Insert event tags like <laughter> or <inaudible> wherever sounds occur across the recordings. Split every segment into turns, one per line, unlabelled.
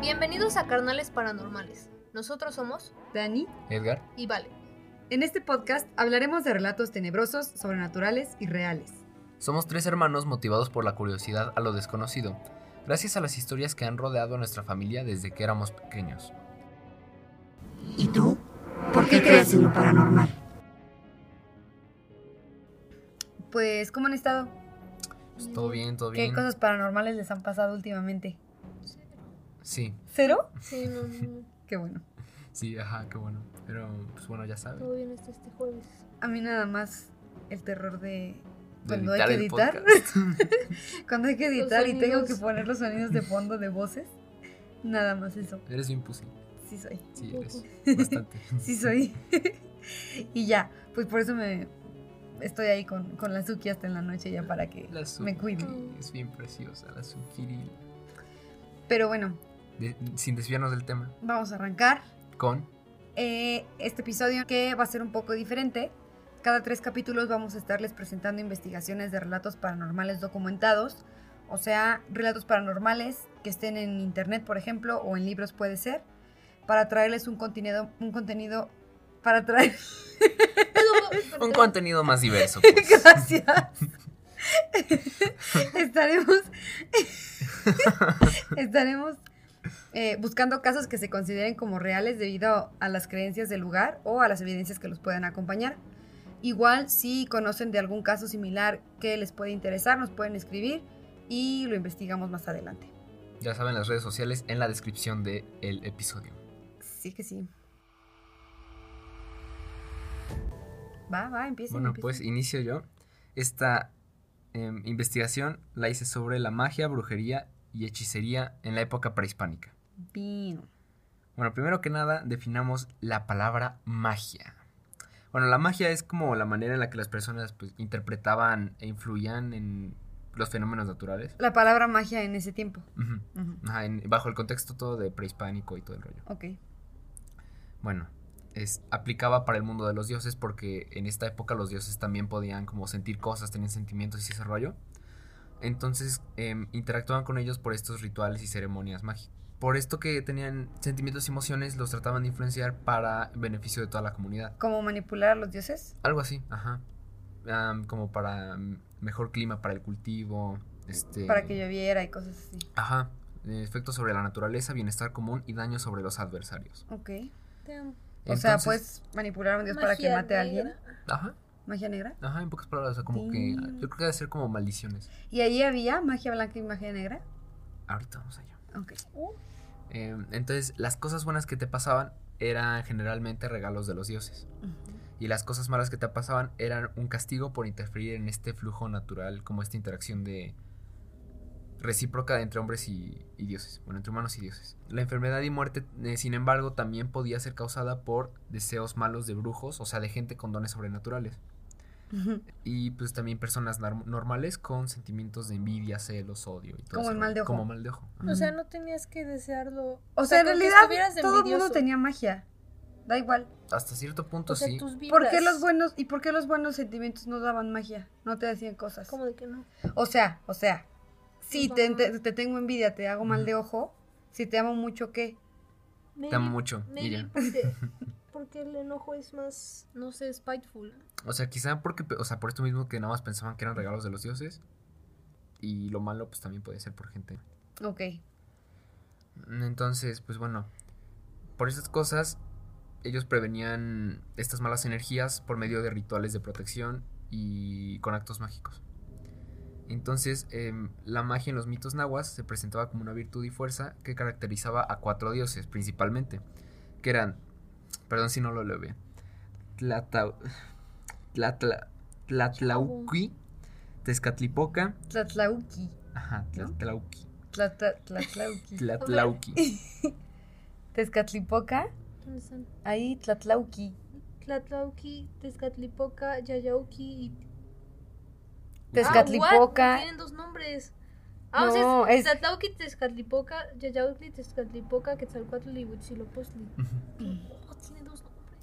Bienvenidos a Carnales Paranormales. Nosotros somos
Dani.
Edgar.
y Vale.
En este podcast hablaremos de relatos tenebrosos, sobrenaturales y reales.
Somos tres hermanos motivados por la curiosidad a lo desconocido, gracias a las historias que han rodeado a nuestra familia desde que éramos pequeños.
¿Y tú? ¿Por qué crees en lo paranormal?
Pues, ¿cómo han estado?
Pues, todo bien, todo
¿Qué
bien.
cosas paranormales les han pasado últimamente?
Sí,
¿Cero?
Sí, no, no,
Qué bueno.
sí, ajá, qué bueno. Pero, pues bueno, ya
no.
sabes.
Todo bien hasta este jueves.
A mí nada más el terror de
de
cuando hay que
el
editar.
podcast.
<laughs>
<laughs>
Cuando hay que editar y tengo
sonidos.
que poner los sonidos de fondo de voces. Nada más eso.
eres bien pussy.
Sí soy.
Sí,
Un
eres
<laughs>
bastante.
Sí soy. <laughs> y ya, pues por eso me estoy ahí con, con la Suki hasta en la noche ya para que
La
me
Zukiri,
cuide.
Es bien preciosa, la Zukiri.
Pero bueno,
De- sin desviarnos del tema.
vamos a arrancar.
Con.
eh, este episodio que va a ser un poco diferente. Cada tres capítulos vamos a estarles presentando investigaciones de relatos paranormales documentados, o sea, relatos paranormales que estén en internet, por ejemplo, o en libros puede ser, para traerles un contenido, un contenido para traer.
Un contenido más diverso. pues.
<laughs> Gracias. estaremos, <laughs> estaremos eh, buscando casos que se consideren como reales debido a las creencias del lugar o a las evidencias que los puedan acompañar. Igual, si conocen de algún caso similar que les puede interesar, nos pueden escribir y lo investigamos más adelante.
Ya saben las redes sociales en la descripción del episodio.
Sí que sí. Va, va, empiecen.
Bueno,
empiecen.
pues inicio yo. Esta em, investigación la hice sobre la magia, brujería y hechicería en la época prehispánica.
Bien.
Bueno, primero que nada, definamos la palabra magia. Bueno, la magia es como la manera en la que las personas pues, interpretaban e influían en los fenómenos naturales.
La palabra magia en ese tiempo.
Ujú.
Ujú.
Ajá, en- bajo el contexto todo de prehispánico y todo el rollo.
Ok.
Bueno, es, aplicaba para el mundo de los dioses porque en esta época los dioses también podían como sentir cosas, tenían sentimientos y ese rollo. Entonces em, interactuaban con ellos por estos rituales y ceremonias mágicas. Por esto que tenían sentimientos y emociones, los trataban de influenciar para beneficio de toda la comunidad.
¿Cómo manipular a los dioses?
Algo así, ajá. Am, como para mm, mejor clima para el cultivo, este...
Para que lloviera y cosas así.
Ajá. eh, Efectos sobre la naturaleza, bienestar común y daño sobre los adversarios.
Ok.
Te amo.
O sea, pues,
Entonces-
puedes manipular a un dios para que
Magia
mate a alguien.
negra.
Ajá.
Magia negra.
Ajá, en pocas palabras, o sea, como que
Sí.
yo creo que debe ser como maldiciones.
Y ahí había magia blanca y magia negra.
Ahorita vamos allá.
Ok.
Eh, entonces, las cosas buenas que te pasaban eran generalmente regalos de los dioses. Y las cosas malas que te pasaban eran un castigo por interferir en este flujo natural, como esta interacción de recíproca entre hombres y, y dioses, bueno, entre humanos y dioses. La enfermedad y muerte, eh, sin embargo, también podía ser causada por deseos malos de brujos, o sea, de gente con dones sobrenaturales.
Ujú.
Y pues también personas norm- normales con sentimientos de envidia, celos, odio y todo
Como
ese
el mal
rollo,
de ojo.
Como mal de ojo. ajá.
Ujú.
O sea, no tenías que desearlo.
O sea, en
con que
realidad
estuvieras de
todo el mundo
envidioso.
tenía magia. Da igual.
Hasta cierto punto
O sea,
sí.
tus vibras.
¿Por qué los buenos y por qué los buenos sentimientos no daban magia? No te hacían cosas.
¿Cómo de que no?
O sea, o sea, si
Ujú.
te, te- te tengo envidia, te hago mal de ojo. Si te amo mucho, ¿qué?
Te amo mucho. y
Maybe
ya.
<laughs>
porque, porque el enojo es más, no sé, spiteful.
O sea, quizá porque, o sea, por esto mismo que nada más pensaban que eran regalos de los dioses. Y lo malo, pues también puede ser por gente.
Ok.
Entonces, pues bueno, por esas cosas, ellos prevenían estas malas energías por medio de rituales de protección y con actos mágicos. Entonces, em, la magia en los mitos nahuas se presentaba como una virtud y fuerza que caracterizaba a cuatro dioses principalmente, que eran, perdón si no lo leo bien, Tlatau- Tlatla- Tlatlauqui, Tezcatlipoca,
Tlatlauqui.
ajá, Tlatlauqui,
Tlatla- Tlatlauqui.
Tlatlauqui.
Tezcatlipoca.
¿Dónde están?
Ahí, Tlatlauqui.
Tlatlauqui, Tezcatlipoca, Yayauqui y... Ah, what?
Tezcatlipoca.
Tienen dos nombres. Ah, o sea,
no,
es
es.
Tlatlauqui, Tezcatlipoca, Yayauqui, Tezcatlipoca, Quetzalcoatl y Huitzilopochtli.
Ujú.
Oh, tiene dos nombres.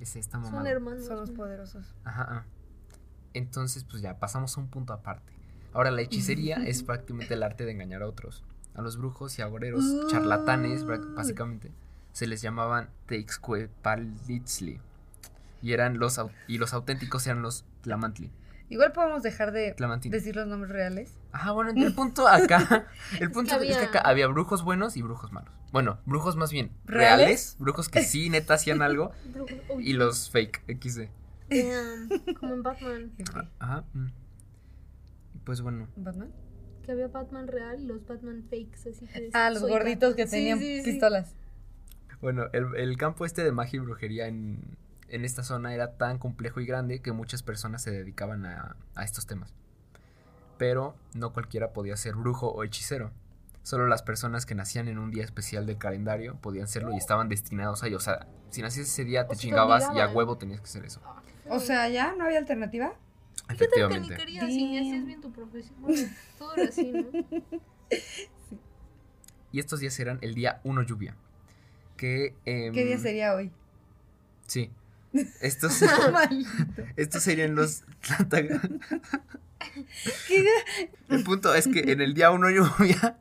Es esta mamada.
Son hermanos.
Son los
¿no?
poderosos.
Ajá, ah. Entonces, pues ya, pasamos a un punto aparte. Ahora, la hechicería es prácticamente el arte de engañar a otros. a los brujos y agoreros
Uh.
charlatanes, bra- básicamente, se les llamaban Teixcuepalitzli. Y eran los au- y los auténticos eran los Tlamantli.
Igual podemos dejar de
Tlamantín.
decir los nombres reales.
Ajá, bueno, el punto acá, el punto <laughs> es que,
había-
acá había brujos buenos y brujos malos. Bueno, brujos más bien
¿Reales?
reales, brujos que sí neta hacían algo
Brujo- uy,
y los fake <laughs> XD.
damn, eh, um, como en Batman,
Ok.
Ajá. mm. Pues bueno,
¿Batman?
que había Batman real y los Batman fakes, así que
Ah, los
soy
gorditos que
Sí,
tenían
sí, sí.
pistolas.
Bueno, el, el campo este de magia y brujería en, en esta zona era tan complejo y grande que muchas personas se dedicaban a, a estos temas. Pero no cualquiera podía ser brujo o hechicero. Solo las personas que nacían en un día especial del calendario podían serlo y estaban destinados a ello. O sea, si nacías ese día te
O sea, te
chingabas y a
obligaban.
huevo tenías que ser eso.
Batman.
O sea, ¿ya no había alternativa?
¿qué tal Ah, que ni
Efectivamente.
querías y ni hacías
Damn.
bien tu profesión? Bueno, todo era así, ¿no?
Y estos días eran el día 1 lluvia. Que, em,
¿Qué
Mm.
día sería <laughs> hoy?
<laughs>
Sí. Estos,
Maldito.
estos serían los... <laughs>
¿Qué día?
El punto es que en el día 1 lluvia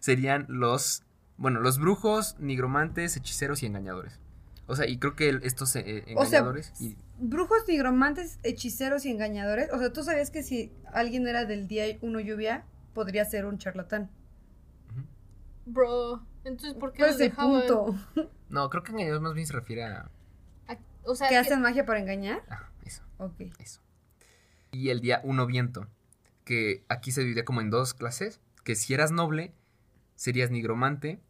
serían los, bueno, los brujos, nigromantes, hechiceros y engañadores. O sea, y creo que el- estos eh, eh,
O sea,
engañadores y
Brujos, nigromantes, hechiceros y engañadores. O sea, tú sabías que si alguien era del día 1 lluvia, podría ser un charlatán.
Ujú.
Bro, entonces, ¿por qué
¿Cuál
los
es el
dejaban?
punto?
No, creo que engañadores más bien se refiere a
A- o sea,
¿Que
que-
hacen magia para engañar?
ah, eso,
Ok.
eso. Y el día 1 viento, que aquí se dividía como en dos clases, que si eras noble serías nigromante,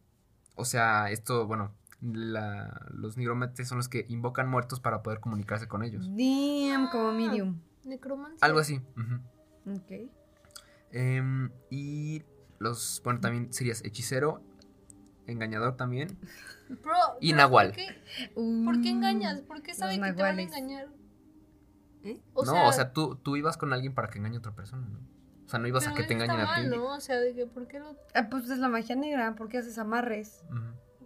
o sea, esto, bueno, la- los nigromantes son los que invocan muertos para poder comunicarse con
Mm,
ellos.
Damn, como
Ah.
medium.
necromancia.
Algo así. ujú.
Ok.
Em, y los, bueno, también serías hechicero, engañador también.
Bro,
Y
pero
nahual.
¿por qué, por
Uh.
qué engañas? ¿Por qué saben que te van a
Mm, nahuales.
engañar?
¿Eh?
O
no,
sea,
o sea, tú, tú ibas con alguien para que engañe a otra persona, ¿no? O sea, no ibas
pero
a que
no
te
está
engañen a ti.
mal, ¿no? O sea, de que ¿por qué lo...?
Ah, pues es la magia negra, ¿por qué haces amarres?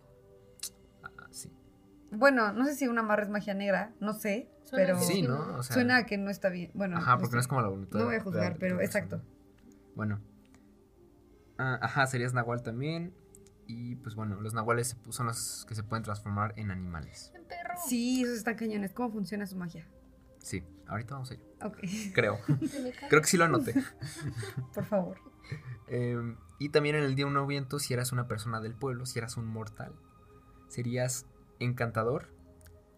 Ujú. Ah, sí.
Bueno, no sé si un amarre es magia negra, no sé,
Suena
pero
No.
Sí, ¿no? O sea,
suena a que no está bien. Bueno,
Ajá, porque
sé.
no es como la voluntad.
No voy a
de-
juzgar,
de-
pero
de-
exacto.
Bueno. Ah, ajá, serías nahual también. Y pues bueno, los nahuales se pu- son los que se pueden transformar en animales.
En perro. <laughs>
Sí, esos están cañones. ¿Cómo funciona su magia?
Sí, ahorita vamos a ello.
Ok, <laughs>
Creo. <laughs>
que me cae.
Creo que sí lo anoté.
por favor.
Em, y también en el día uno viento, si eras una persona del pueblo, si eras un mortal, serías encantador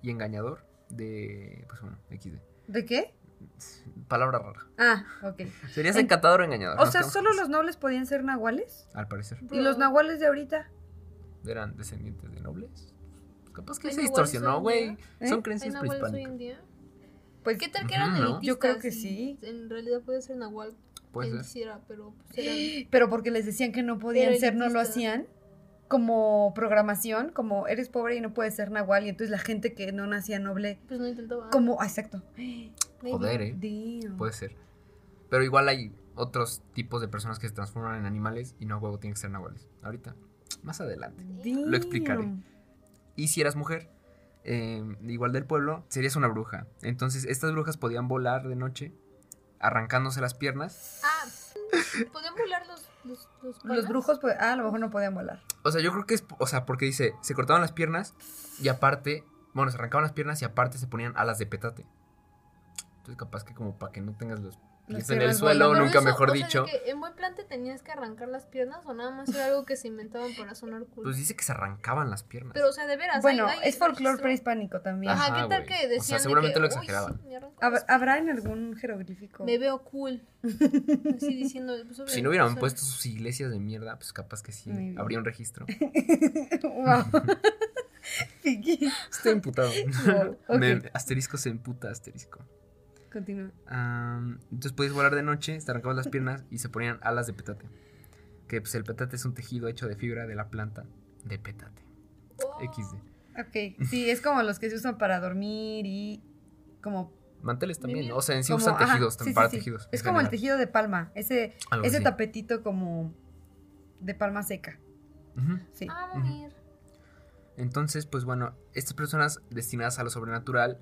y engañador de. Pues bueno, XD.
¿De qué?
Palabra rara.
Ah, ok.
Serías
En-
encantador o engañador.
O
nos
sea,
quedamos
solo
con eso,
los nobles podían ser nahuales.
Al parecer.
¿Y los
Bro.
nahuales de ahorita?
Eran descendientes de nobles. Capaz que
Hay
se
nahuales
distorsionó,
hoy
güey.
en
día,
Son
¿eh?
¿Hay
creencias
nahuales hoy
prehispánicas.
en día?
Pues
¿Qué tal que eran
Ujú, ¿no?
elitistas?
Yo creo que
y
sí.
En realidad puede ser nahual
Puede
quien
ser.
quisiera, pero pues eran...
<gasps> Pero porque les decían que no podían
Pero
ser, no lo
elitista.
hacían. Como programación, como eres pobre y no puedes ser nahual. Y entonces la gente que no nacía noble,
Pues no intentaba.
como. ah, exacto.
Maybe.
Joder, eh.
Damn.
Puede ser. Pero igual hay otros tipos de personas que se transforman en animales y no a huevo tienen que ser nahuales. Ahorita. Más adelante. Lo explicaré.
Damn.
Y si eras mujer, eh, igual del pueblo, serías una bruja. Entonces, estas brujas podían volar de noche, arrancándose las piernas.
Ah, <laughs> ¿podían volar los... los, los,
Los
panas?
brujos, pues, ah, a lo mejor no podían volar.
O sea, yo creo que es, o sea, porque dice, se cortaban las piernas y aparte, bueno, se arrancaban las piernas y aparte se ponían alas de petate. Entonces, capaz que como para que no tengas los pies en el
piernas
suelo,
volando.
Pero
nunca
eso,
mejor
o sea, de
dicho.
que ¿En buen plan te tenías que arrancar las piernas o nada más era algo que se inventaban para sonar cool?
Pues dice que se arrancaban las piernas.
Pero, o sea, de veras.
Bueno,
hay- hay
es folclore
registro.
prehispánico también.
Ajá,
Ajá, ¿qué tal
güey.
que
O sea,
decían? de
seguramente
que,
lo
"Uy, sí,
exageraban.
me arranco
Hab-
las-
¿Habrá en algún jeroglífico?
Me veo cool.
<laughs>
Así diciendo. pues,
si no hubieran
sobre-
puesto sus iglesias de mierda, pues capaz que sí
Maybe.
habría
<laughs>
un registro.
wow. Piqui.
Estoy emputado.
Wow, ok.
<laughs> Me- asterisco se emputa, asterisco.
Continúa.
Am, entonces podías volar de noche, te arrancaban las piernas y se ponían alas de petate. Que pues el petate es un tejido hecho de fibra de la planta de petate.
Oh,
XD.
Ok, sí, es como los que se usan para dormir y como...
Manteles también,
Mira.
o sea, en sí
como-
usan
ajá,
tejidos,
sí,
también
sí,
para
sí.
tejidos.
Es
en
como el
general.
tejido de palma, ese,
Algo
ese
así.
tapetito como de palma seca.
Ujú.
Sí.
Ah, mira.
Entonces, pues bueno, estas personas destinadas a lo sobrenatural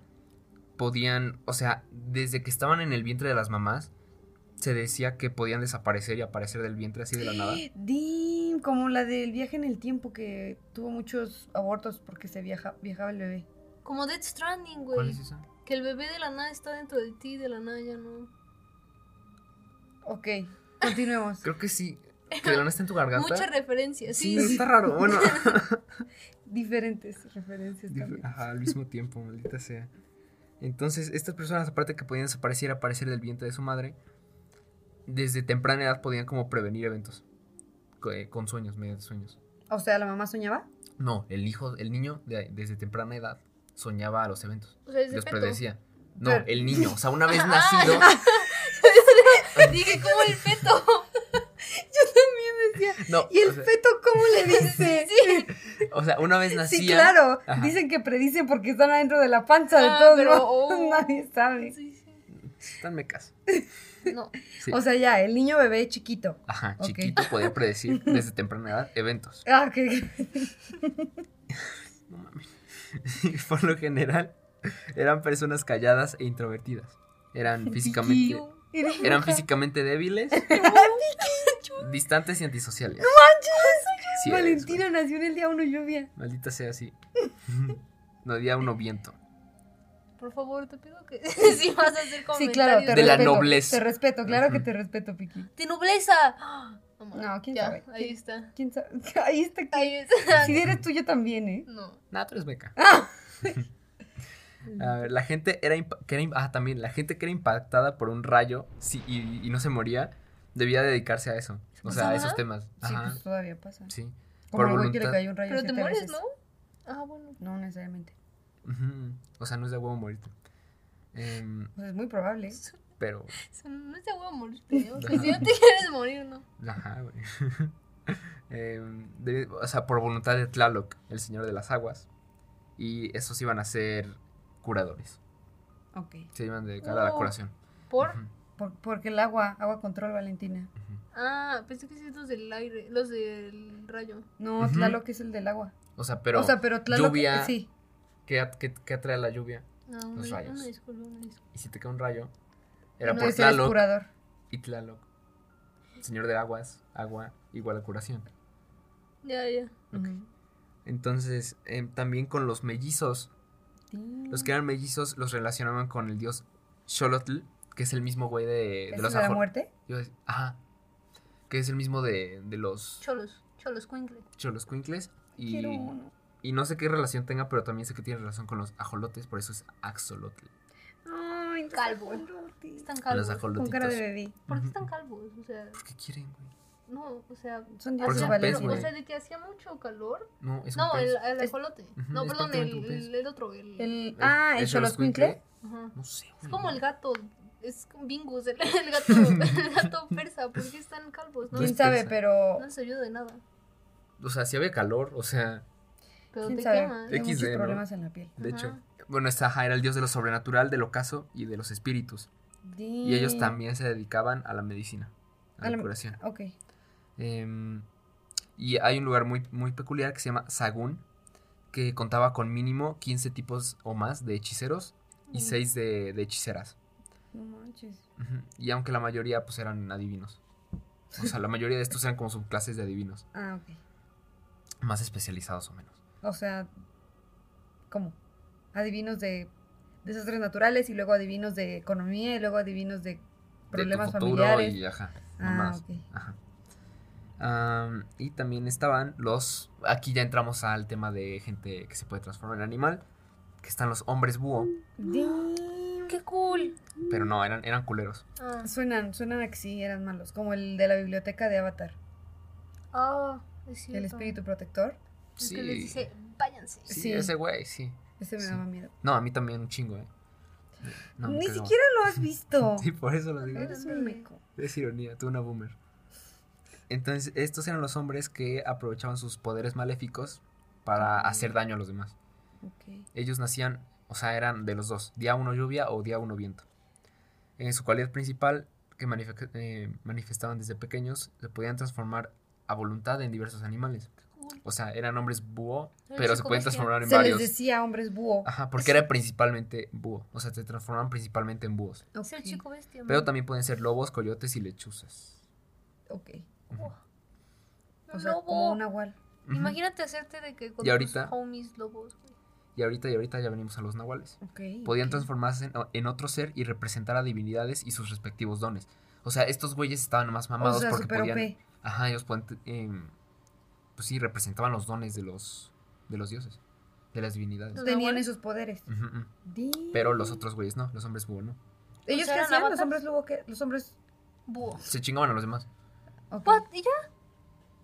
podían, o sea, desde que estaban en el vientre de las mamás, se decía que podían desaparecer y aparecer del vientre así de la nada.
Sí, como la del viaje en el tiempo que tuvo muchos abortos porque se viaja, viajaba el bebé.
Como Death Stranding,
¿Cuál
güey.
es esa?
Que el bebé de la nada está dentro de ti, de la nada ya no.
Ok, continuemos.
Creo
<laughs>
que sí. Que de la nada está en tu garganta.
Muchas referencias,
sí,
sí.
está raro.
<laughs>
Bueno.
Diferentes referencias
Dif-
también.
Ajá, al mismo tiempo, maldita sea. Entonces, estas personas, aparte que podían desaparecer, aparecer del vientre de su madre, desde temprana edad podían como prevenir eventos. co- eh, Con sueños, mediante sueños.
O sea, la mamá soñaba.
No, el hijo, el niño de- desde temprana edad soñaba a los eventos.
O sea, es de
Los
peto.
predecía. No, eh,
Pero- Ah,
el niño. O sea,
<laughs>
una vez nacido.
<laughs> Dije, ¿cómo el feto?
<laughs>
No,
¿Y el
o, sea,
feto cómo
<laughs>
le dice?
o sea, una vez nacía.
Sí, claro.
Ajá.
Dicen que predicen porque están adentro de la panza de
Ah,
todos.
pero-
¿no?
oh.
<laughs> Nadie sabe.
Sí, sí.
Tanme caso.
No.
Sí.
O sea, ya, el niño bebé chiquito.
Ajá,
Ok.
chiquito podía predecir desde temprana edad eventos.
Ah, <laughs> que
No mames. Y <laughs> por lo general, eran personas calladas e introvertidas. Eran físicamente.
<laughs>
Eran físicamente <laughs> débiles, distantes y antisociales. ¡No manches!
Valentina nació en el día uno lluvia.
Maldita sea así. No había uno viento.
Por favor, te pido que <laughs> si vas a hacer comentarios.
Sí, claro, te
De la
respeto,
nobleza.
Te respeto, claro que
Ujú.
te respeto, Piqui.
¡De nobleza! Ah,
No, quién
ya,
sabe.
Ahí
¿Quién-
está.
¿Quién sabe? <laughs> Ahí está. aquí.
Ahí está.
Si eres tú, yo también, ¿eh?
<laughs> No.
Nah, tú eres beca. <laughs> A ver, la gente era, impa- que era im- ah, también, la gente que era impactada por un rayo sí, y, y no se moría, debía dedicarse a eso. O sea, a
Ajá.
esos temas.
Sí,
Ajá.
pues todavía pasa.
Sí.
Como
Por
el güey que le
voluntad.
cayó un rayo
Pero te
siete
mueres,
veces.
¿no? Ah, bueno.
No necesariamente.
Ujú. O sea, no es de huevo morirte. Em,
Pues es muy probable. ¿eh?
pero
O sea, no te voy a
<laughs>
morir, ¿no? Que si
Ajá.
no te quieres morir, no.
Ajá, güey. <laughs> Em, de- o sea, por voluntad de Tlaloc, el señor de las aguas. Y esos iban a ser curadores.
Ok.
Se iban a dedicar a la
Oh.
curación.
¿Por?
Ujú,
Por- porque el agua, agua control, Valentina.
ujú.
Ah, pensé que sí los del aire, los del rayo.
No,
Ujú.
Tlaloc es el del agua.
O sea, pero,
o sea, pero Tlaloc. eh,
lluvia.
Sí.
¿qué, at- qué- qué atrae la lluvia?
No,
Los
una,
rayos.
una disculpa, una disculpa.
Y si te cae un rayo, era
no
por
es el
Tlaloc
curador.
y Tlaloc. Señor de aguas, agua igual a curación.
Ya, ya.
Ujú.
Entonces, em, también con los mellizos, Los que eran mellizos los relacionaban con el dios Xolotl, que es el mismo güey de, de
¿Ese
los
¿Es de la
ajor-
muerte?
iba a decir- Ajá. Que es el mismo de, de los
Cholos, cholos, cuincle.
Choloscuincles. Y,
Quiero uno.
y no sé qué relación tenga, pero también sé que tiene relación con los ajolotes, por eso es axolotl.
Ay, los
Calvo.
ajolotes.
Están
a los
calvos.
ajolotitos.
Con cara de bebé.
¿Por qué
Ujú.
están calvos? O sea,
¿Por qué quieren, güey?
no, o sea.
Son
Porque
dioses
son
pero-
pez,
valientes.
o
güey.
sea, de que hacía mucho calor.
No, es un
No,
pez.
el, el
Es-
ajolote.
Ujú,
no,
es
perdón,
prácticamente un
el,
pez.
el, el otro. El,
El,
¿El-
ah, el
xoloscuincle?
Xoloscuincle.
ajá.
No sé, güey.
Es como el gato. Es como Bingus, el, el
<laughs>
gato, el gato persa. ¿Por qué están calvos? No,
es
Quién sabe,
persa.
pero.
no les ayuda de nada.
O sea, si había calor, o sea,
Pero
¿Quién
te
sabe?
quema.
Hay muchos
XD, ¿no?
problemas en la piel.
de
Ajá.
hecho. Bueno, esta ajá, era el dios de lo sobrenatural, del ocaso y de los espíritus. Y ellos también se dedicaban a la medicina, a,
Mm. A
la,
la-
curación.
Ok.
Em, y hay un lugar muy, muy peculiar que se llama Sagún, que contaba con mínimo 15 tipos o más de hechiceros y
Mm.
6 de, de hechiceras.
No manches.
Ujú. Y aunque la mayoría pues eran adivinos. O sea, la mayoría de estos eran como subclases de adivinos,
Ah, ok.
más especializados o menos.
O sea, ¿cómo? Adivinos de desastres naturales y luego adivinos de economía y luego adivinos de problemas
de tu futuro
familiares.
y ajá,
Ah,
mamadas.
ok.
Ajá. Am, y también estaban los. Aquí ya entramos al tema de gente que se puede transformar en animal. Que están los hombres búho.
Damn.
¡Qué cool!
Pero no, eran, eran culeros.
Ah,
Suenan, suenan a que sí eran malos, como el de la biblioteca de Avatar,
ah, es cierto.
el espíritu protector.
Es
Sí.
que les dice, váyanse.
Sí,
Sí.
ese güey, sí.
Ese me
Sí.
daba miedo.
No, a mí también un chingo, eh. No, me
Ni
cagaba.
siquiera lo has visto.
<laughs> Sí, por eso lo digo.
Eres un meco.
Es ironía, tú una boomer. Entonces, estos eran los hombres que aprovechaban sus poderes maléficos para
Ujú.
hacer daño a los demás.
Ok.
Ellos nacían, o sea, eran de los dos, día uno lluvia o día uno viento. En su cualidad principal, que manife- eh, manifestaban desde pequeños, se podían transformar a voluntad en diversos animales.
cool.
O sea, eran hombres búho,
Eran
pero se podían
psicobestias.
transformar en
Se les
varios. Ah.
decía hombres búho.
Ajá, porque era principalmente búho. O sea, te transformaban principalmente en búhos.
Ok,
Es el chico bestia.
Pero
man.
también pueden ser lobos, coyotes y lechuzas.
ok.
Ujú.
Un
O sea,
lobo.
como un nahual.
Ujú.
Imagínate hacerte de que con
Y ahorita-
tus homies lobos. güey.
Y ahorita y ahorita ya venimos a los nahuales.
Ok.
Podían
ok.
transformarse en, en otro ser y representar a divinidades y sus respectivos dones. O sea, estos güeyes estaban más mamados
O sea,
porque
super
podían.
OP.
Ajá, ellos pueden, te- em, pues sí, representaban los dones de los, de los dioses, de las divinidades.
Los
Tenían
nahuales.
esos poderes.
Ujú, ujú.
Di-
Pero los otros güeyes no, los hombres búho no.
¿Ellos
O
qué
sea, eran
hacían? ¿Los
avatares.
hombres luego qué? Los hombres...
Búho.
Se chingaban a los demás.
ok.
What? ¿Y ya?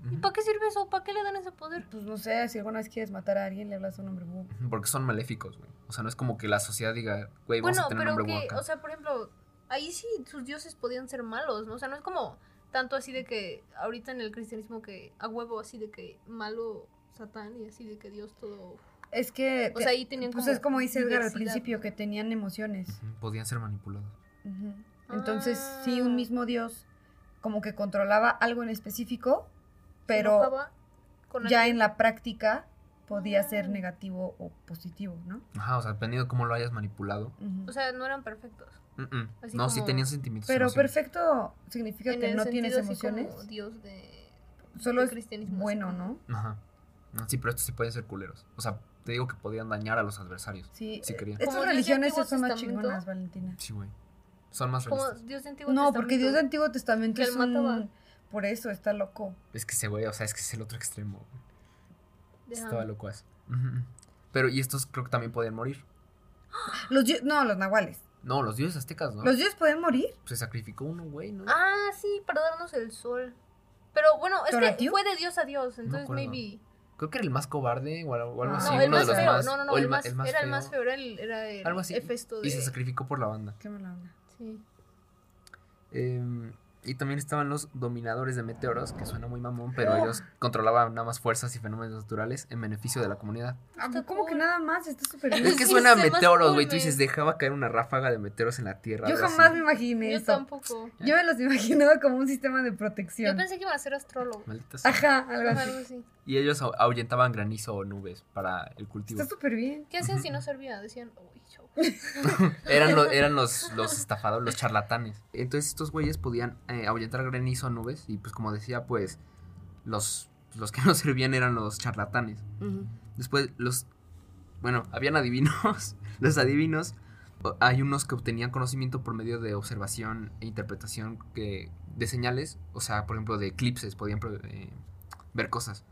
¿Y
Ujú.
para qué sirve eso? ¿Para qué le dan ese poder?
Pues no sé, si alguna vez quieres matar a alguien, le hablas a un hombre búho.
Ujú, Porque son maléficos, güey. O sea, no es como que la sociedad diga, güey, vamos
Bueno,
a tener un
pero
hombre búho
que,
acá.
o sea, por ejemplo, ahí sí sus dioses podían ser malos, ¿no? O sea, no es como tanto así de que ahorita en el cristianismo que a huevo así de que malo Satán y así de que Dios todo.
Es que...
O sea, ahí tenían
pues
como
es como dice Edgar al
diversidad,
principio,
¿no?
que tenían emociones.
Ujú, Podían ser manipulados.
Ujú. Entonces,
Ah.
sí, un mismo Dios como que controlaba algo en específico,
Se
pero
enojaba con
ya en la práctica podía ser
Ah.
negativo o positivo, ¿no?
Ajá, o sea, dependiendo de cómo lo hayas manipulado.
Ujú.
O sea, no eran perfectos.
Mm-mm.
Así
No, sí
como-
tenían sentimientos.
pero
emociones.
perfecto significa que
el
no tienes
sentido así como
emociones,
Dios de.
solo
de
es
cristianismo,
bueno,
así como-
¿no?
Ajá. No, Sí, pero estos sí pueden ser culeros. O sea, te digo que podían dañar a los adversarios.
Sí,
Sí
eh,
querían.
estas
Como Dios de
religiones
Antiguo
son más
Testamento.
chingonas, Valentina.
Sí, güey. Son más
Como
realistas.
Dios de antiguo
No, porque Dios
Testamento.
del Antiguo Testamento
Que
es
el mataba.
un... Por eso, está loco.
Es que ese güey, o sea, es que es el otro extremo. güey.
Deja.
Estaba loco así. Ujú. Pero, y estos creo que también podían morir.
Los dios- No, los nahuales.
No, los dioses aztecas, ¿no?
¿Los dioses pueden morir?
Se sacrificó uno, güey, ¿no?
Ah, sí, para darnos el sol. Pero bueno, es
¿Tonatiuh?
que fue de Dios a Dios, entonces
acuerdo.
maybe.
Creo que era el más cobarde o algo o algo
Ah.
así.
No,
Sí,
el
uno de
más
los
feo.
más.
no, no, no,
o
el,
ma-
más,
el más
era el
feo.
más feo, era el, era el
Algo así.
Hefesto de.
Y se sacrificó por la banda.
Qué mala onda.
Sí.
Eh, y también estaban los dominadores de meteoros, que suena muy mamón, pero
¡Ah!
ellos controlaban nada más fuerzas y fenómenos naturales en beneficio de la comunidad.
Ah,
Está
¿Cómo que
cool.
nada más? Está súper bien.
Es que
Sí,
suena a
se me
meteoros, güey. Tú
ocurre.
dices, dejaba caer una ráfaga de meteoros en la Tierra.
Yo
algo así.
jamás me imaginé
Yo
eso.
tampoco.
Yo me los imaginaba como un sistema de
Yo
protección.
pensé que iba a ser astrólogo.
Maldita sea.
Ajá, algo
Ajá,
así.
algo así.
Y ellos ahue- ahuyentaban granizo o nubes para el cultivo.
Está súper bien.
¿Qué hacían si
Ujú.
no servía? Decían, uy,
<laughs>
chau.
Eran, lo- eran los, los estafadores, los charlatanes. Entonces estos güeyes podían eh, ahuyentar granizo o nubes. Y pues como decía, pues los, los que <laughs> no servían eran los charlatanes. Después los... Bueno, habían adivinos. <laughs> los adivinos. o- Hay unos que obtenían conocimiento por medio de observación e interpretación que, de señales. O sea, por ejemplo, de eclipses. Podían pro- eh, ver cosas.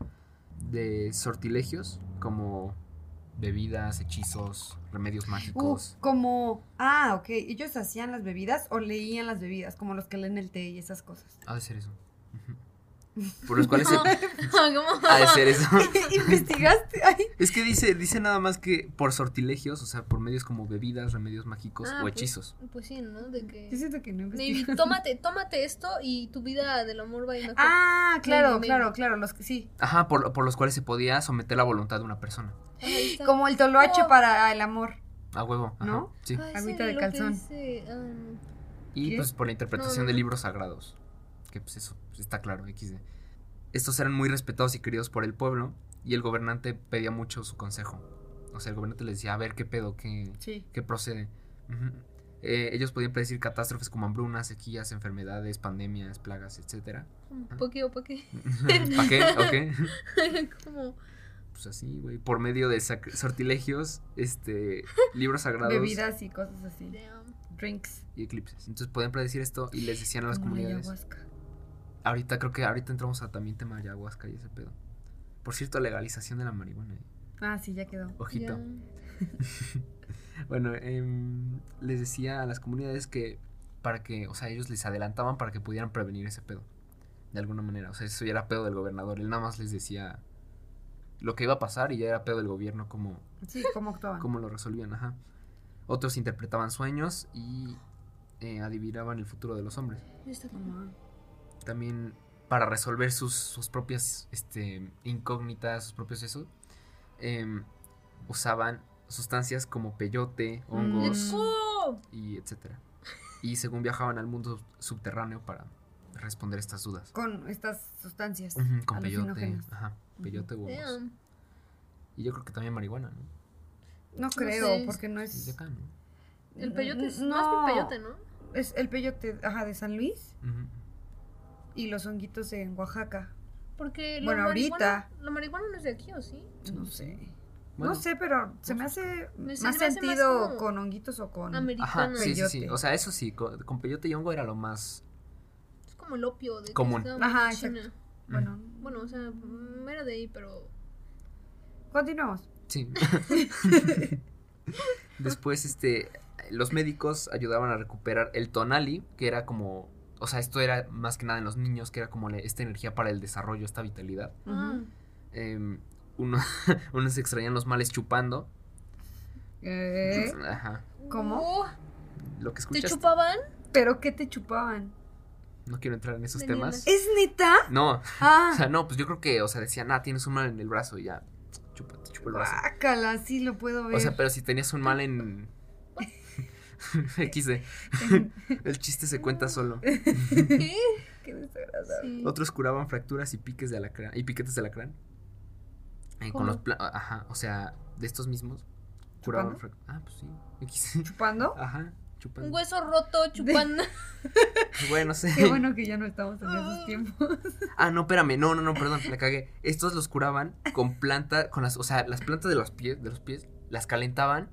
De sortilegios como bebidas, hechizos, remedios
Uh,
mágicos.
como. Ah, ok. ¿Ellos hacían las bebidas o leían las bebidas? Como los que leen el té y esas
<laughs>
cosas. <laughs>
Ha de ser eso. Ujú. Por los cuales se...
<laughs> ¿Cómo?
Ha de ser eso. <laughs>
¿Investigaste? Ay.
Es que dice, dice nada más que por sortilegios, o sea, por medios como bebidas, remedios mágicos
Ah,
o
pues.
hechizos.
Pues sí, ¿no? De que.
Yo siento que no investigué.
Maybe, tómate, tómate esto y tu vida del amor va a ir mejor.
Ah, claro,
Maybe,
claro,
maybe.
claro. Los que sí.
Ajá, por, por los cuales se podía someter la voluntad de una persona.
Ahí está.
Como el toloache
Oh.
para el amor.
A huevo. ajá,
¿No?
Sí.
Ay, sí,
Agüita de
lo que
calzón.
dice, ah, no.
Y
¿Qué?
pues por la interpretación
No, no,
de
no.
libros sagrados. Que pues eso pues, está claro, XD. Estos eran muy respetados y queridos por el pueblo y el gobernante pedía mucho su consejo. O sea, el gobernante les decía, a ver qué pedo, qué,
Sí.
que procede. Ujú. Eh, ellos podían predecir catástrofes como hambrunas, sequías, enfermedades, pandemias,
<laughs>
plagas, etcétera.
¿Por qué o por qué?
¿Para qué? <laughs> Ok.
<laughs> Como.
Pues así, güey. Por medio de sac- sortilegios, este, libros sagrados
Bebidas y cosas así.
damn.
Drinks.
y eclipses. Entonces podían predecir esto y les decían a las
Como la
comunidades.
ayahuasca.
Ahorita creo que ahorita entramos a también tema de ayahuasca y ese pedo. Por cierto, legalización de la marihuana. eh.
Ah, sí, ya quedó.
Ojito.
Ya.
Bueno, em, les decía a las comunidades que para que, o sea, ellos les adelantaban para que pudieran prevenir ese pedo. De alguna manera, o sea, eso ya era pedo del gobernador. Él nada más les decía lo que iba a pasar y ya era pedo del gobierno cómo,
Sí, ¿cómo actuaban?
cómo lo resolvían, ajá. Otros interpretaban sueños y eh, adivinaban el futuro de los hombres.
Ya está como-
Ajá.
También para resolver sus, sus propias este, incógnitas, sus propios eso, em, usaban sustancias como peyote, hongos,
Mm.
¡Oh!
y etcétera. Y según viajaban al mundo subterráneo para responder estas dudas.
Con estas sustancias.
Ujú, Con peyote,
Alucinógenos.
ajá, peyote u hongos.
Damn.
Y yo creo que también marihuana, ¿no?
No creo,
sé.
porque no
Es de
es.
acá, ¿no?
El peyote es
Mm, no,
más que un peyote, ¿no?
Es el peyote, ajá, de San Luis
Ujú.
y los honguitos en Oaxaca.
Porque la
Bueno,
marihuana-
ahorita.
La marihuana no es de aquí, ¿o sí?
No sé.
Mm, Bueno,
no sé, pero se me hace
Me-
más
se me hace más
sentido
como-
con honguitos o con...
Americana.
Ajá, sí, sí, sí.
Peyote.
O sea, eso sí, con, con peyote y hongo era lo más.
Es como el opio de que
Común.
se da
Ajá,
en China.
Bueno,
Bueno, o sea, mm, era de ahí, pero
continuamos. <laughs>
Sí. <laughs> Después, este, los médicos ayudaban a recuperar el tonali, que era como, o sea, esto era más que nada en los niños, que era como la- esta energía para el desarrollo, esta vitalidad.
Ah.
Ujú.
Em, uno- <laughs> unos se extrañan los males chupando.
Eh,
Ajá.
¿Cómo?
Oh,
Lo que
¿Te
escuchas.
chupaban?
¿Pero qué te chupaban?
No quiero entrar en esos
Venenas.
temas.
¿Es neta?
No, o
Ah,
sea, no, pues yo creo que, o sea, decían, ah, tienes un mal en el brazo y ya, chupa, te chupa el brazo.
guácala, sí lo puedo Ah, ver.
O sea, pero si tenías un mal
<laughs>
en. <laughs> XD. <laughs> El chiste se
<laughs>
cuenta solo.
¿Qué?
Qué desagradable.
Sí.
Otros curaban fracturas y piques de alacrán. Y piquetes de alacrán. Eh,
¿Cómo?
con los pla- Ajá. O sea, de estos mismos. Curaban
¿Chupando?
fracturas. Ah, pues sí. XD.
¿Chupando?
Ajá.
Un
Chupando.
hueso roto chupando.
Pues Bueno, no sé.
Qué bueno que ya no estamos en esos tiempos.
<laughs> Ah, no, espérame. No, no, no, perdón. La cagué. Estos los curaban con planta. Con las, o sea, las plantas de los pies, de los pies, las calentaban.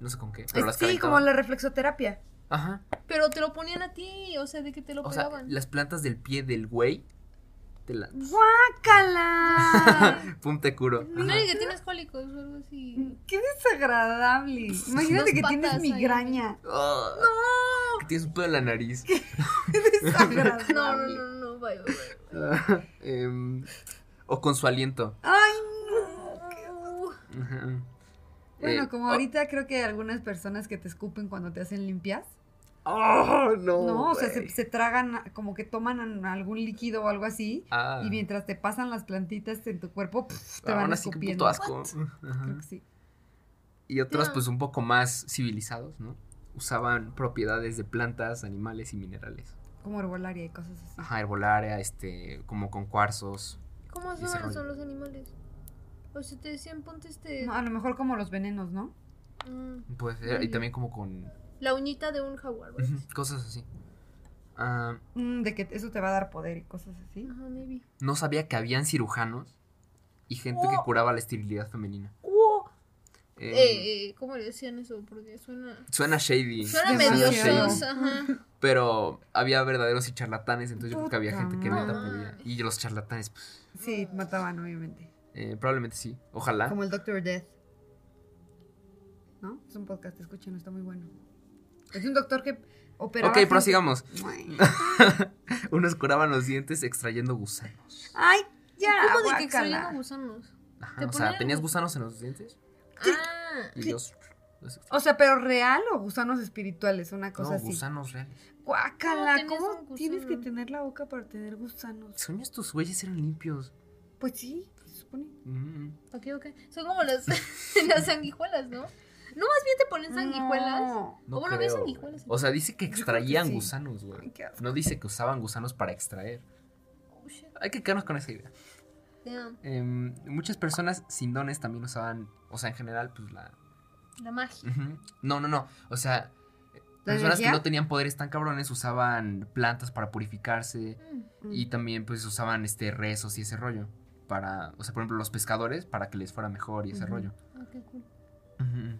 No sé con qué, pero las
sí, como
calentaban.
la reflexoterapia.
Ajá.
<laughs> Pero te lo ponían a ti, o sea, de que te lo
O sea,
pegaban.
las plantas del pie del güey. Te la... <laughs>
¡Guácala!
Pum, te curo. Ajá.
No, y que tienes cólicos o algo así.
¡Qué desagradable!
Pues,
Imagínate
Dos
que
patas
tienes
ahí.
<laughs>
migraña.
Ah, Que tienes un pedo en la nariz.
<laughs> Desagradable.
No, no, no, no, vaya, vaya.
Ah, <laughs> em, o con su aliento.
Ay, no. qué-
Ajá. Eh,
Bueno, como
oh,
ahorita creo que algunas personas que te escupen cuando te hacen limpias.
oh, no.
No, o sea, se,
güey.
se tragan, como que toman an- algún líquido o algo así.
Ah,
Y mientras te pasan las plantitas en tu cuerpo, pf, te
aún
van
así, qué
escupiendo.
puto asco. Ajá.
Creo que sí.
Y otros,
No.
pues un poco más civilizados, ¿no? Usaban propiedades de plantas, animales y minerales.
Como herbolaria y cosas así.
Ajá, herbolaria, este, como con cuarzos.
¿Cómo
Y se
son,
rollo.
son los animales? O sea, te decían, ponte este.
No, a lo mejor como los venenos, ¿no?
mm,
Puede
Muy
ser, pues, eh, y
bien.
también como con
la uñita de un jaguar, ¿verdad?
ujú, cosas así. Ah,
Mm, de que eso te va a dar poder y cosas así.
Ajá, maybe.
no sabía que habían cirujanos y gente que
Oh.
curaba la esterilidad femenina.
¡Oh!
Em,
Eh, eh, ¿Cómo le decían eso? Porque suena.
Suena shady.
Suena medio
demasiado. Demasiado.
sos, ajá.
Pero había verdaderos y charlatanes, entonces yo creo que había
Puta
gente que
madre.
neta podía. Y los charlatanes, pues,
Sí, mataban, obviamente.
eh, probablemente sí. Ojalá.
Como el Doctor Death. ¿No? Es un podcast, escúchenlo, está muy bueno. Es un doctor que operaba.
ok,
gente-
prosigamos.
Ay,
Unos curaban los dientes extrayendo gusanos.
Ay, ya.
¿Cómo de que
guácala.
extrayendo gusanos?
Ajá,
Te
o sea,
ponían-
tenías gusanos en los dientes
Ah,
y los. los extra-
O sea, pero real o gusanos espirituales, una cosa
no,
así.
gusanos reales.
¿Cómo
Guácala,
tenías
¿cómo
un
tienes que
gusano?
tener la boca para tener gusanos?
Según yo, estos güeyes eran limpios.
Pues sí, se supone.
Mm.
ok, ok. Son como las, <laughs> las sanguijuelas, ¿no? No, más bien te ponen sanguijuelas.
No.
No
¿O bueno, había
creo,
sanguijuelas
güey. O sea, dice que
creo que
extraían
sí.
gusanos, güey.
Ay, qué asco.
No dice que usaban gusanos para extraer.
Oh, shit.
Hay que quedarnos con esa idea.
Damn,
Em, muchas personas sin dones también usaban, o sea, en general, pues la...
la magia.
Ujú. No, no, no. O sea, personas que
energía?
no tenían poderes tan cabrones usaban plantas para purificarse
Mm.
y también pues usaban este rezos y ese rollo. Para, o sea, por ejemplo, los pescadores para que les fuera mejor y ese
Ujú.
rollo.
Ah, qué cool.
Ujú.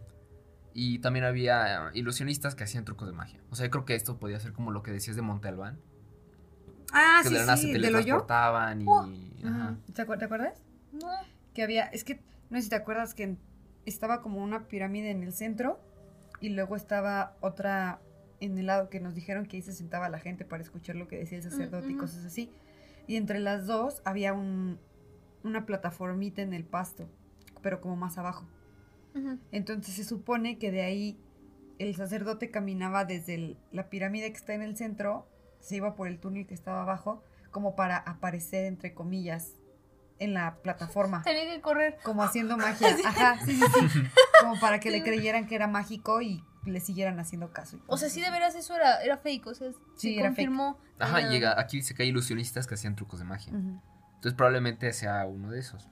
Y también había eh, ilusionistas que hacían trucos de magia. O sea, yo creo que esto podía ser como lo que decías de Montalbán.
Ah,
que
sí,
de la nada se
sí, del hoyo. Oh,
teletransportaban y... ajá.
¿Te acuer- te acuerdas?
No,
Que había, es que, no sé si te acuerdas que en- estaba como una pirámide en el centro y luego estaba otra en el lado que nos dijeron que ahí se sentaba la gente para escuchar lo que decía el sacerdote y
ujú.
cosas así. Y entre las dos había un, una plataformita en el pasto, pero como más abajo.
Ujú.
Entonces se supone que de ahí el sacerdote caminaba desde el- la pirámide que está en el centro, se iba por el túnel que estaba abajo, como para aparecer, entre comillas, en la plataforma,
tenía que correr.
como haciendo magia.
<laughs>
Ajá, sí, sí, sí. Como para que le creyeran que era mágico y le siguieran haciendo caso. y
O sea,
cosas
sí
así.
de veras eso era, era fake, o sea, se
Sí, era fake.
confirmó.
Ajá,
Era-
y llega, aquí dice que hay ilusionistas que hacían trucos de magia.
Ujú.
Entonces probablemente sea uno de esos.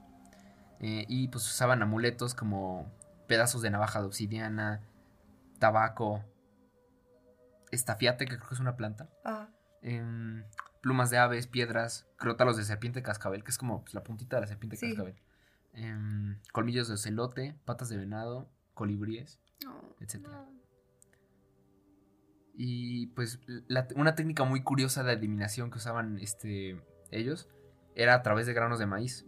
Eh, y pues usaban amuletos como pedazos de navaja de obsidiana, tabaco, estafiate, que creo que es una planta.
Ah,
em, plumas de aves, piedras, crótalos de serpiente cascabel, que es como pues, la puntita de la serpiente
Sí.
cascabel. em, colmillos de celote, patas de venado, colibríes, etc. Y pues la- una técnica muy curiosa de adivinación que usaban este, ellos era a través de granos de maíz.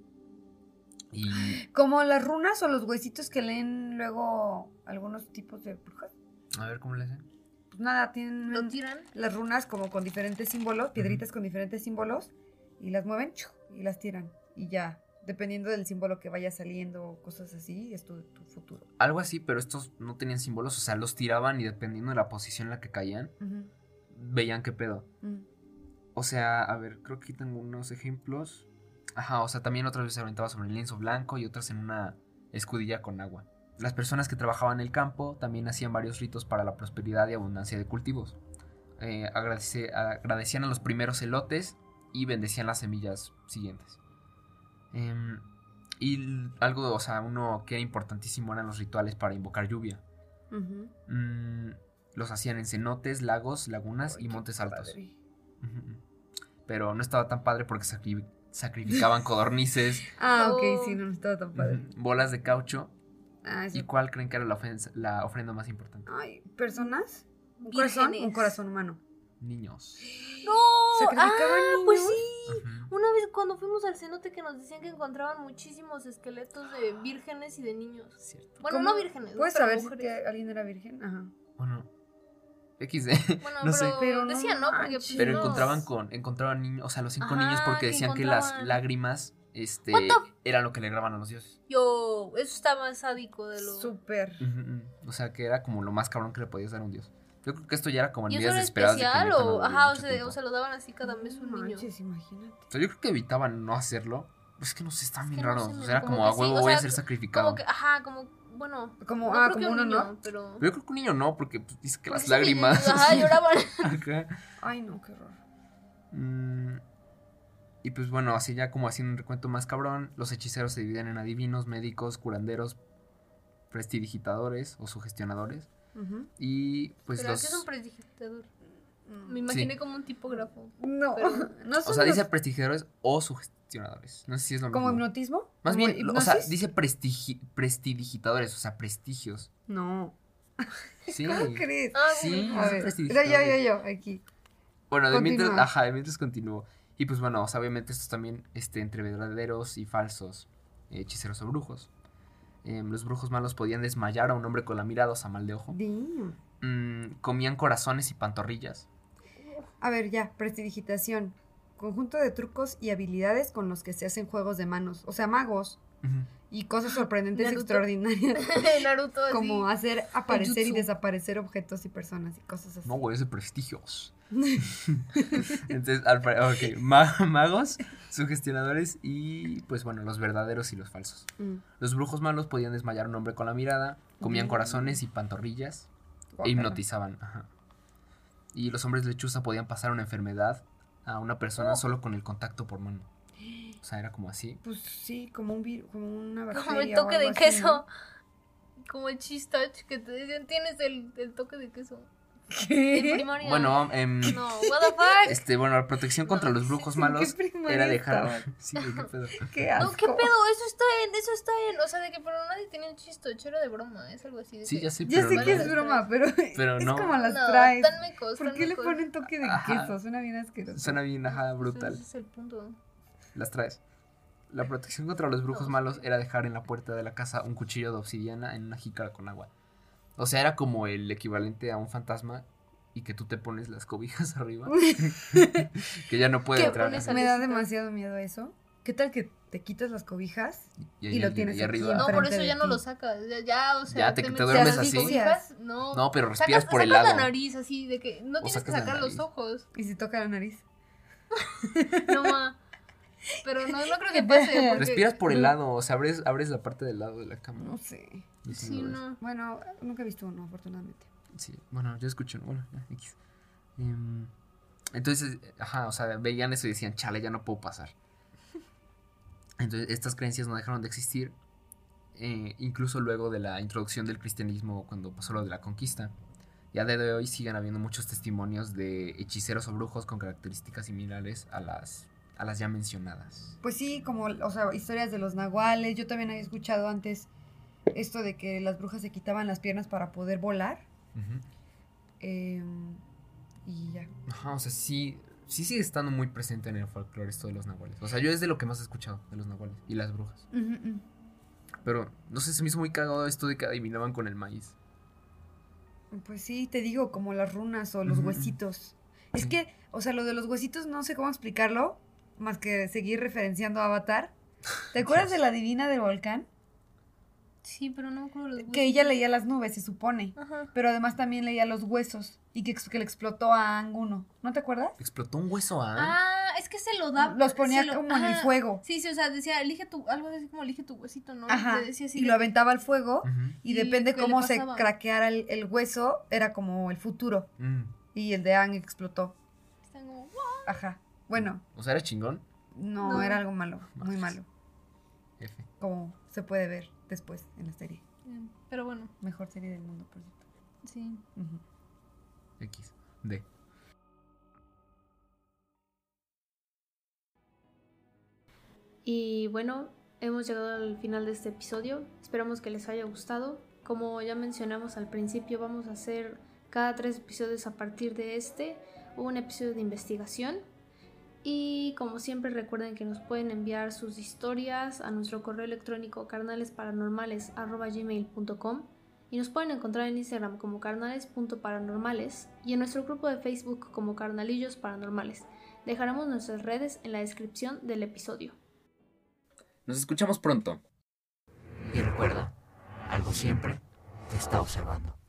<gasps>
Y
Como las runas o los huesitos que leen luego algunos tipos de brujas.
a ver cómo le hacen.
Pues nada, tienen
Lo tiran.
las runas como con diferentes símbolos, piedritas con diferentes símbolos, y las mueven chu, y las tiran. Y ya, dependiendo del símbolo que vaya saliendo, cosas así, es tu, tu futuro.
Algo así, pero estos no tenían símbolos, o sea, los tiraban y dependiendo de la posición en la que caían,
Ujú,
veían qué pedo.
ujú.
O sea, a ver, creo que aquí tengo unos ejemplos. Ajá, o sea, también otras veces se aventaba sobre el lienzo blanco y otras en una escudilla con agua. Las personas que trabajaban en el campo también hacían varios ritos para la prosperidad y abundancia de cultivos. Eh, agradece- agradecían a los primeros elotes y bendecían las semillas siguientes. Em, y l- algo, o sea, uno que era importantísimo eran los rituales para invocar lluvia. Mm, los hacían en cenotes, lagos, lagunas y
Ay, qué
montes altos.
padre.
Ujú. Pero no estaba tan padre porque sacri-
<laughs>
sacrificaban codornices,
Ah,
Oh.
ok, sí, no, no estaba tan padre.
ujú, bolas de caucho.
Ah, sí.
¿Y cuál creen que era la, ofensa- la ofrenda más importante?
Ay, personas, un
Vírgenes.
corazón, un corazón humano.
Niños.
¡No!
¿Sacrificaban
ah, pues
niños?
sí.
Ujú.
Una vez cuando fuimos al cenote que nos decían que encontraban muchísimos esqueletos de vírgenes y de niños.
Cierto.
Bueno,
¿Cómo?
no vírgenes. ¿no?
¿Puedes
Pero
saber si
mujeres.
que alguien era virgen? Ajá.
Bueno,
<laughs>
XD.
Bueno,
No sé.
pero,
Pero no
decían, ¿no? Porque
manches.
pues,
Pero
no.
encontraban con encontraban niños, o sea, los cinco
Ajá,
niños porque
que
decían que las
encontraban.
lágrimas este
What the-
eran lo que le graban a los dioses.
Yo, eso está más sádico de lo...
Súper.
Ujú, ujú. O sea, que era como lo más cabrón que le podías dar a un dios. Yo creo que esto ya era como en
¿Y eso
vidas
era
desesperadas de que
especial
neta no
o...?
había
Ajá, o
mucho
sea,
tiempo.
o se lo daban así cada mes a un
No
niño.
manches, imagínate.
O sea, yo creo que evitaban no hacerlo. Pues es que no sé, están
Es
bien
que no
raros.
sé,
o
men,
sea, era
como
como,
que
a
sí,
huevo
o
voy a
sea,
ser sacrificado.
Como que, ah, ajá, como... Bueno,
Como,
no
ah,
creo que
como
un
uno,
niño,
¿no?
Pero...
Pero yo creo que un niño no, porque pues, dice que
Porque
las
sí, porque-
lágrimas.
Ajá,
<laughs>
lloraban.
Ajá.
Ay, no, qué horror.
Mm, y pues bueno, así ya como haciendo un recuento más cabrón, los hechiceros se dividen en adivinos, médicos, curanderos, prestidigitadores o sugestionadores.
Ujú.
Y pues
Pero
los.
¿qué es un presdigitador? Me
No.
imaginé
Sí.
como un tipógrafo.
Mm. No,
Pero-
<laughs> no son
O sea,
los-
dice prestidigitadores o sugestionadores. No sé si es lo
¿Como
mismo.
hipnotismo?
Más
¿Como
bien, o sea,
hipnosis?
dice prestigi- prestidigitadores, o sea,
<laughs>
prestigios.
No.
Sí.
¿Cómo crees?
Ah,
Sí,
A ver, yo, yo,
prestidigitadores.
yo, yo, aquí.
Bueno, de mientras,
Continúa.
ajá, de mientras continuó. Y pues bueno, o sea, obviamente estos también este, entre verdaderos y falsos eh, hechiceros o brujos. Em, los brujos malos podían desmayar a un hombre con la mirada o sea, mal de ojo.
Damn.
Mm, comían corazones y pantorrillas.
A ver, ya, prestidigitación. Conjunto de trucos y habilidades con los que se hacen juegos de manos. O sea, magos
Ujú.
y cosas
Ah,
sorprendentes y
Naruto.
<laughs>
extraordinarias.
<laughs> Naruto así.
Como hacer aparecer y
jutsu.
desaparecer objetos y personas y cosas así.
No, güey, es de prestigios. <laughs> Entonces, al pare- ok, ma- magos, sugestionadores y pues bueno, los verdaderos y los falsos.
<laughs> Mm,
Los brujos malos podían desmayar a un hombre con la mirada, comían
Mm.
corazones y pantorrillas. E
guácala.
hipnotizaban. ajá. Y los hombres lechuza podían pasar una enfermedad a una persona solo con el contacto por mano. O sea, era como así.
Pues sí, como un virus, como una bacteria.
Como el
o
toque
algo
de
así,
queso.
¿no?
Como el cheese touch que te dicen, tienes el, el toque de queso. En
¿Qué?
primaria.
Bueno, em,
No, what
<laughs>
the fuck.
este, bueno, la protección contra los brujos malos
¿En <laughs> qué primaria
era dejar.
<laughs> estabas?
Sí, güey, qué pedo.
Qué asco.
No, ¿qué pedo? Eso está en, eso está en. O sea, de que pero nadie tenía un cheese touch, era de broma, es algo así. De
Sí,
que-
ya sé,
Ya
pero
sé
no
que
era-
es broma, pero,
Pero
es
no.
como las
No,
traes.
tan mecos,
¿Por
tan
qué le
mecos.
ponen toque de
Ajá.
queso? Suena bien asqueroso.
Suena bien, ajá,
Pues
brutal.
Ese es el punto.
Las traes. La protección contra los brujos
No.
malos era dejar en la puerta de la casa un cuchillo de obsidiana en una jícara con agua. O sea, era como el equivalente a un fantasma y que tú te pones las cobijas <laughs> arriba. que ya no puede
Que
entrar.
pones
ajá.
Me da
Salecita.
demasiado miedo eso. ¿Qué tal que te quitas las cobijas?
Y,
y lo
ahí-
tienes
ahí
aquí
arriba.
No,
enfrente
por eso
de
ya no
ti.
lo sacas. Ya, ya, o sea,
Ya, te- te
metes-
duermes
te
así.
cobijas, No,
No, pero respiras
sacas,
por el
sacas
lado.
la nariz así, de que no tienes que
sacas la
sacar los
nariz.
ojos.
¿Y si toca la nariz?
No, ma. Pero no, no creo
<laughs>
que
¿Qué
pase.
tal?
Porque...
Respiras por el
No.
lado, o sea, abres, abres la parte del lado de la cama.
No sé.
Y si
Sí,
lo ves.
no.
Bueno, nunca he visto uno, afortunadamente.
Sí, bueno, yo escucho, bueno, ya, X. Em, entonces, ajá, o sea, veían eso y decían, chale, ya no
<laughs>
puedo pasar. Entonces, estas creencias no dejaron de existir, eh, incluso luego de la introducción del cristianismo cuando pasó lo de la conquista. Y a día de hoy siguen habiendo muchos testimonios de hechiceros o brujos con características similares a las, a las ya mencionadas.
Pues sí, como, o sea, historias de los nahuales. Yo también había escuchado antes esto de que las brujas se quitaban las piernas para poder volar.
Ujú.
eh, y ya.
Ajá, o sea, sí, sí sigue estando muy presente en el folclore esto de los nahuales. O sea, yo es de lo que más he escuchado, de los nahuales y las brujas.
Ujú, ujú.
Pero, no sé, se me hizo muy cagado esto de que adivinaban con el maíz.
Pues sí, te digo, como las runas o los
Ujú.
huesitos. Es
Sí.
que, o sea, lo de los huesitos no sé cómo explicarlo, más que seguir referenciando a
<laughs>
Avatar. ¿Te acuerdas de la divina del volcán?
Sí, pero no me acuerdo los
Que
huesos.
ella leía las nubes, se supone.
Ajá.
Pero además también leía los huesos y que, ex- que le explotó a Anguno. ¿No te acuerdas?
Explotó un hueso a...
Ah, es que se lo da.
Los ponía
se lo-
como en el
ajá.
fuego.
Sí, sí, o sea, decía, elige tu, algo así como elige tu huesito, ¿no?
Ajá.
Te decía así
Y
de que-
lo aventaba al fuego
Ujú.
y
¿Y
depende
qué le
cómo se
pasaba?
craqueara el, el hueso, era como el futuro.
Mm.
Y el de Ang explotó.
están como,
Ajá. Bueno,
O sea, era chingón.
no,
No.
era algo malo, muy
Manches.
malo.
F.
como se puede ver después en la serie.
"Wow". Em, Pero bueno,
Mejor serie del mundo, por cierto.
sí.
Ujú.
X, D.
Y bueno, hemos llegado al final de este episodio. Esperamos que les haya gustado. Como ya mencionamos al principio, vamos a hacer cada tres episodios a partir de este un episodio de investigación. Y como siempre recuerden que nos pueden enviar sus historias a nuestro correo electrónico carnalesparanormales.gmail.com y nos pueden encontrar en Instagram como carnales.paranormales y en nuestro grupo de Facebook como carnalillos paranormales. Dejaremos nuestras redes en la descripción del episodio.
Nos escuchamos pronto.
Y recuerda, algo siempre te está observando.